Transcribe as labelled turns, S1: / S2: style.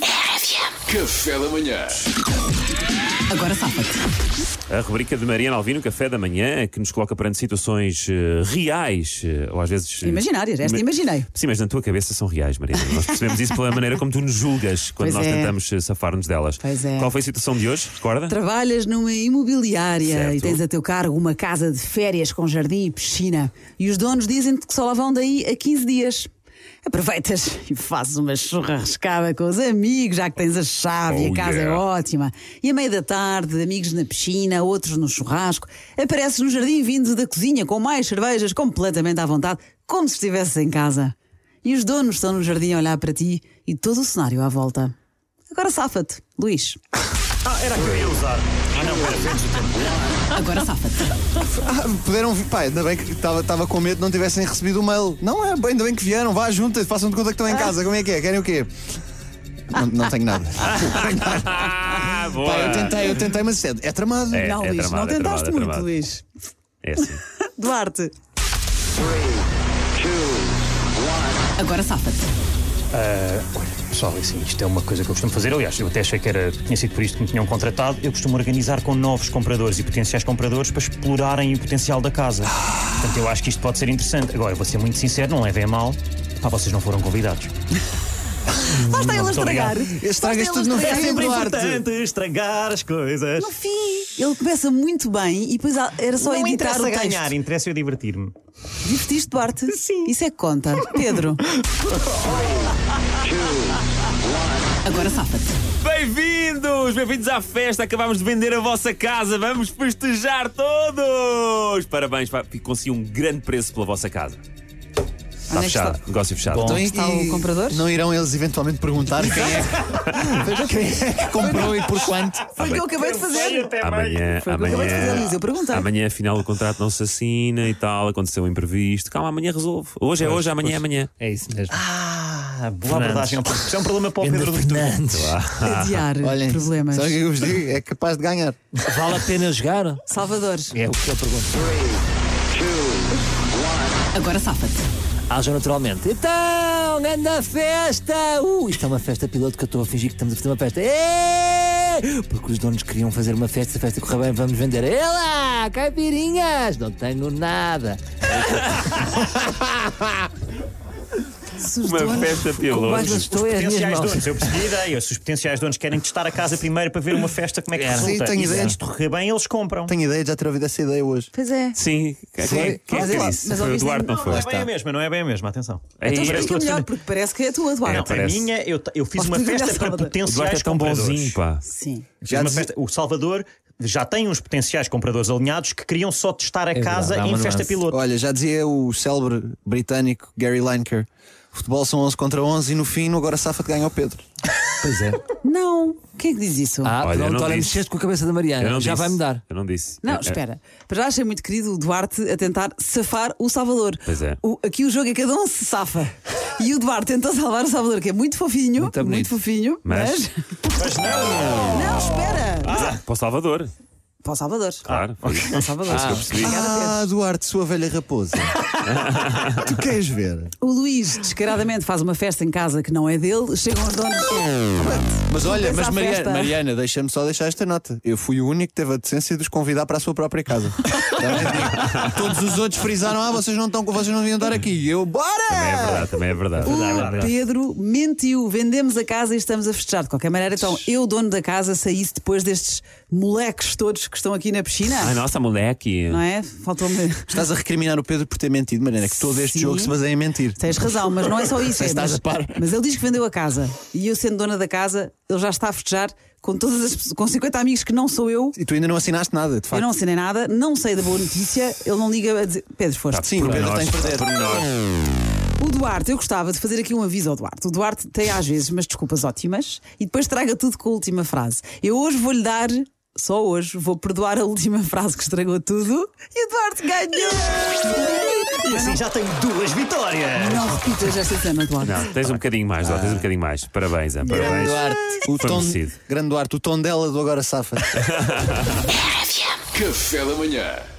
S1: FM.
S2: Café da manhã.
S3: Agora safa-te.
S4: A rubrica de Mariana Alvino, Café da Manhã, que nos coloca perante situações eh, reais, eh, ou às vezes. eh,
S3: Imaginárias, esta
S4: ima-
S3: imaginei.
S4: Sim, mas na tua cabeça são reais, Mariana. Nós percebemos isso pela maneira como tu nos julgas quando
S3: Pois
S4: nós
S3: é.
S4: tentamos eh, safar-nos delas.
S3: Pois é. Tá
S4: Qual foi a situação de hoje? Recorda?
S3: Trabalhas numa imobiliária
S4: Certo.
S3: e tens a teu cargo uma casa de férias com jardim e piscina. E os donos dizem-te que só lá vão daí a 15 dias. Aproveitas e fazes uma churrascada com os amigos, já que tens a chave e
S4: Oh,
S3: a casa é
S4: yeah.
S3: ótima. E a meia da tarde, amigos na piscina, outros no churrasco, apareces no jardim vindo da cozinha com mais cervejas completamente à vontade, como se estivesses em casa. E os donos estão no jardim a olhar para ti e todo o cenário à volta. Agora safa-te, Luís. Agora safa-te.
S5: Ah, puderam vir. Pá, ainda bem que estava com medo de não tivessem recebido o mail. Não é, bem, ainda bem que vieram, vá junto, façam de conta que estão
S3: Ah.
S5: em casa. Como é que é? Querem o quê? Não, não tenho nada.
S4: Ah, boa!
S5: Pá, eu tentei, eu tentei, mas é, é tramado.
S4: É,
S3: não,
S4: é
S3: Luís,
S4: tramado,
S3: não
S4: é
S3: tentaste
S4: tramado, é
S3: muito,
S4: tramado.
S3: Luís.
S4: É assim.
S3: Duarte.
S1: Agora safa-te.
S6: Pessoal, assim, isto é uma coisa que eu costumo fazer. Aliás, eu até achei que era, tinha sido por isto que me tinham contratado. Eu costumo organizar com novos compradores e potenciais compradores para explorarem o potencial da casa. Portanto, eu acho que isto pode ser interessante. Agora, eu vou ser muito sincero, não levem a mal. Pá, vocês não foram convidados.
S3: Lá está ele a
S6: muito
S3: estragar.
S6: obrigado.
S3: Lá está
S5: Estragas
S3: ele a
S5: tudo no
S3: estragar.
S5: fim, Eduardo.
S6: estragar as coisas.
S3: No fim, ele começa muito bem e depois era só
S6: não
S3: editar o
S6: interessa
S3: texto.
S6: ganhar, interessa eu divertir-me.
S3: Divertiste, Duarte? Sim. Isso é que conta. Pedro.
S1: Agora safa-te.
S4: Bem-vindos! Bem-vindos à festa! Acabámos de vender a vossa casa! Vamos festejar todos! Parabéns, pá, que consegui um grande preço pela vossa casa. Está
S3: Onde é que
S4: fechado, negócio fechado.
S5: Então, e-
S3: Está o comprador?
S5: Não irão eles eventualmente perguntar quem é que, quem é que comprou e por quanto.
S3: Foi o que eu acabei de fazer.
S4: Amanhã,
S3: Foi o que eu acabei de fazer, Luís.
S4: amanhã,
S3: Eu perguntei.
S4: amanhã, afinal, o contrato não se assina e tal, aconteceu um imprevisto. Calma, amanhã resolve. Hoje é hoje, amanhã é amanhã.
S6: É isso mesmo. Ah, boa abordagem. Isso é um problema para o Pedro do futuro.
S7: Fernandes.
S3: Adiar
S5: Olhem,
S3: problemas.
S5: sabe o que é que eu vos digo? É capaz de ganhar.
S7: Vale a pena jogar?
S3: Salvador.
S7: É o que eu pergunto.
S1: Agora safa-te.
S7: Haja Ah, naturalmente. Então, grande festa! Uh, isto é uma festa piloto que eu estou a fingir que estamos a fazer uma festa. Ê! Porque os donos queriam fazer uma festa, se a festa correr bem, vamos vender. Ela! Caipirinhas! Não tenho nada.
S4: Uma festa
S7: Mas
S4: piloto.
S7: estou é as
S6: potenciais
S7: minhas mãos.
S6: donos, eu percebi a ideia. Se os potenciais donos querem testar a casa primeiro para ver uma festa, como é que resulta?
S5: Sim, tenho
S6: e se
S5: ideia.
S6: antes de correr bem, eles compram.
S5: Tenho ideia de já ter ouvido essa ideia hoje.
S3: Pois é.
S4: Sim, quem quem é
S3: Mas
S4: que
S3: eu-
S4: disse?
S3: mas
S4: Foi o
S3: ouviste
S4: Duarte,
S3: ainda?
S4: não
S6: Não
S4: foi?
S6: é bem
S7: tá.
S6: a mesma, não é bem a mesma, atenção.
S3: Então
S4: Ei,
S3: explica melhor, porque parece que é a tua, Duarte.
S4: Não,
S6: Não, a
S4: parece.
S6: minha, eu, te- eu fiz
S3: Posso
S6: uma
S3: dizer,
S6: festa para
S3: Salvador?
S4: O
S6: potenciais
S4: Duarte é tão
S6: compradores.
S4: bonzinho, pá.
S3: Sim.
S6: Fiz
S5: Já
S6: uma
S5: dizia-
S6: festa- o Salvador já tem uns potenciais compradores alinhados que queriam só testar a
S7: verdade,
S6: casa
S7: há uma
S6: em festa
S7: nuance.
S6: piloto.
S5: Olha, já dizia o célebre britânico Gary Lineker: futebol são 11 contra 11 e no fim, no agora safa-te ganha é o Pedro.
S7: Pois é.
S3: Não. Quem é que diz isso?
S7: Ah,
S4: Olha, eu não
S7: pronto, olha,
S4: disse.
S7: mexeste com a cabeça da
S4: Eu
S7: Mariana.
S4: não
S7: Já
S4: disse.
S7: vai mudar.
S4: Eu não disse. É,
S3: Não,
S4: Eu- eu-
S3: espera. Para já achei muito querido o Duarte a tentar safar o Salvador.
S4: Pois é.
S3: O- aqui o jogo é cada um se safa. E o Duarte tenta salvar o Salvador, que é muito fofinho.
S7: Muito bonito.
S3: muito fofinho. Mas.
S4: Mas-
S3: Não, espera.
S7: Ah.
S3: é
S4: Para o Salvador,
S3: Para o Salvador.
S4: claro. Foi isso. Foi isso que eu percebi.
S3: Tá,
S5: Ah, Duarte, sua velha raposa. tu queres ver?
S3: O Luís descaradamente faz uma festa em casa que não é dele. Chegam os donos.
S5: Mas olha,
S3: pensa
S5: mas
S3: à festa.
S5: Mariana, Mariana deixa-me só deixar esta nota. Eu fui o único que teve a decência de os convidar para a sua própria casa. Também digo. Tá Todos os outros frisaram: ah, vocês não estão, vocês não deviam estar aqui. E eu,
S4: Também é
S5: bora!
S4: verdade, também é verdade.
S3: O Pedro mentiu, vendemos a casa e estamos a festejar. De qualquer maneira, então eu, dono da casa, saísse depois destes moleques todos que estão aqui na piscina.
S4: Ai, nossa, moleque.
S3: Não é? Faltou-me.
S5: Estás a recriminar o Pedro por ter mentido, Mariana, é que todo este
S3: Sim.
S5: jogo se baseia em mentir.
S3: Tens razão, mas não é só isso. é,
S5: Estás
S3: mas,
S5: a par.
S3: mas ele diz que vendeu a casa e eu, sendo dona da casa, ele já está a festejar com todas as pessoas- com 50 amigos que não sou eu.
S5: E tu ainda não assinaste nada, de
S3: Eu
S5: facto.
S3: não assinei nada, não sei da boa notícia, ele não liga a dizer Pedro, foste.
S5: Sim, o Pedro tem que perder.
S3: O Duarte, eu gostava de fazer aqui um aviso ao Duarte. O Duarte tem às vezes umas desculpas ótimas e depois traga tudo com a última frase. Eu hoje vou-lhe dar, só hoje, vou perdoar a última frase que estragou tudo e o Duarte ganhou!
S6: E assim já tenho duas vitórias.
S3: Não repitas esta cena, Duarte.
S4: Não, tens um bocadinho mais, Duarte, tens um bocadinho mais. Parabéns, ah,
S5: Grande
S4: parabéns.
S5: Duarte, o
S4: Foi
S5: tom,
S4: merecido.
S5: grande Duarte, o tom dela do agora safa.
S2: Café da manhã.